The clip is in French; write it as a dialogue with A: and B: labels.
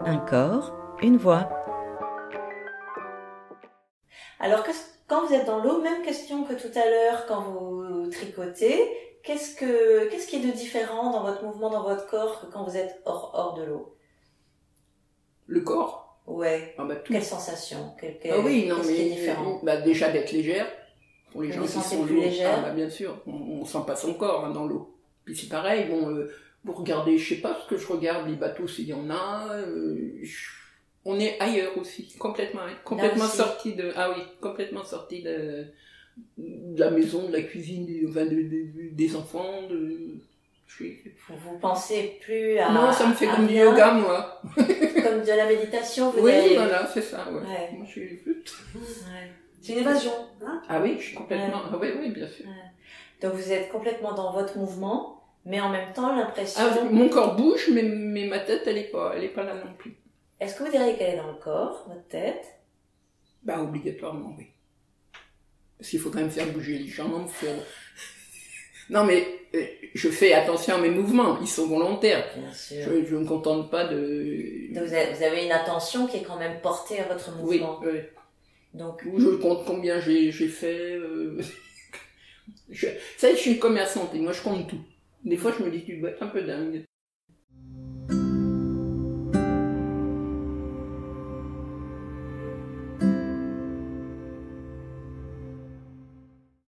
A: Un corps, une voix.
B: Alors, qu'est-ce- quand vous êtes dans l'eau, même question que tout à l'heure quand vous tricotez, qu'est-ce que qu'est-ce qui est de différent dans votre mouvement, dans votre corps que quand vous êtes hors hors de l'eau
C: Le corps
B: Ouais.
C: Ah bah tout.
B: Quelle sensation quelle- quelle-
C: Ah oui, non
B: Qu'est-ce qui
C: mais
B: est différent
C: bah déjà d'être légère. Pour les
B: Vous
C: gens
B: vous
C: qui
B: sentez
C: sont
B: plus
C: lourds.
B: légère
C: Ah bah bien sûr, on, on sent pas son corps hein, dans l'eau. Puis c'est pareil, bon, euh, vous regardez, je sais pas ce que je regarde, les bateaux s'il y en a. euh, je- On est ailleurs aussi, complètement, hein, complètement
B: aussi.
C: sorti de, ah oui, complètement sorti de, de la maison, de la cuisine, des, enfin, de- de- des enfants. De... je suis-
B: Vous, vous pensez plus à
C: non, ça me fait
B: à
C: comme du
B: rien,
C: yoga moi.
B: comme de la méditation. ah, Vous
C: Oui,
B: allez-
C: voilà, c'est ça. Ouais.
B: Ouais.
C: Moi, je suis-
B: Ouais.
D: C'est une évasion. Hein
C: Ah oui, je suis complètement. Ah oui, oui, bien sûr.
B: Donc vous êtes complètement dans votre mouvement, mais en même temps l'impression.
C: Ah, mon corps bouge, mais, mais ma tête, elle est pas, elle est pas là non plus.
B: Est-ce que vous diriez qu'elle est dans le corps, votre tête
C: Bah, obligatoirement, oui. Parce qu'il faut quand même faire bouger les jambes. faut- Non, mais euh, je fais attention à mes mouvements, ils sont volontaires.
B: Bien sûr.
C: Je, je me contente pas de.
B: Donc, vous, avez, vous avez une attention qui est quand même portée à votre
C: Oui,
B: mouvement.
C: oui.
B: Donc,
C: Ou je compte combien j'ai j'ai fait. euh, je... Ça, je suis commerçante et moi, je compte tout. Des fois, je me dis, tu dois être un peu dingue.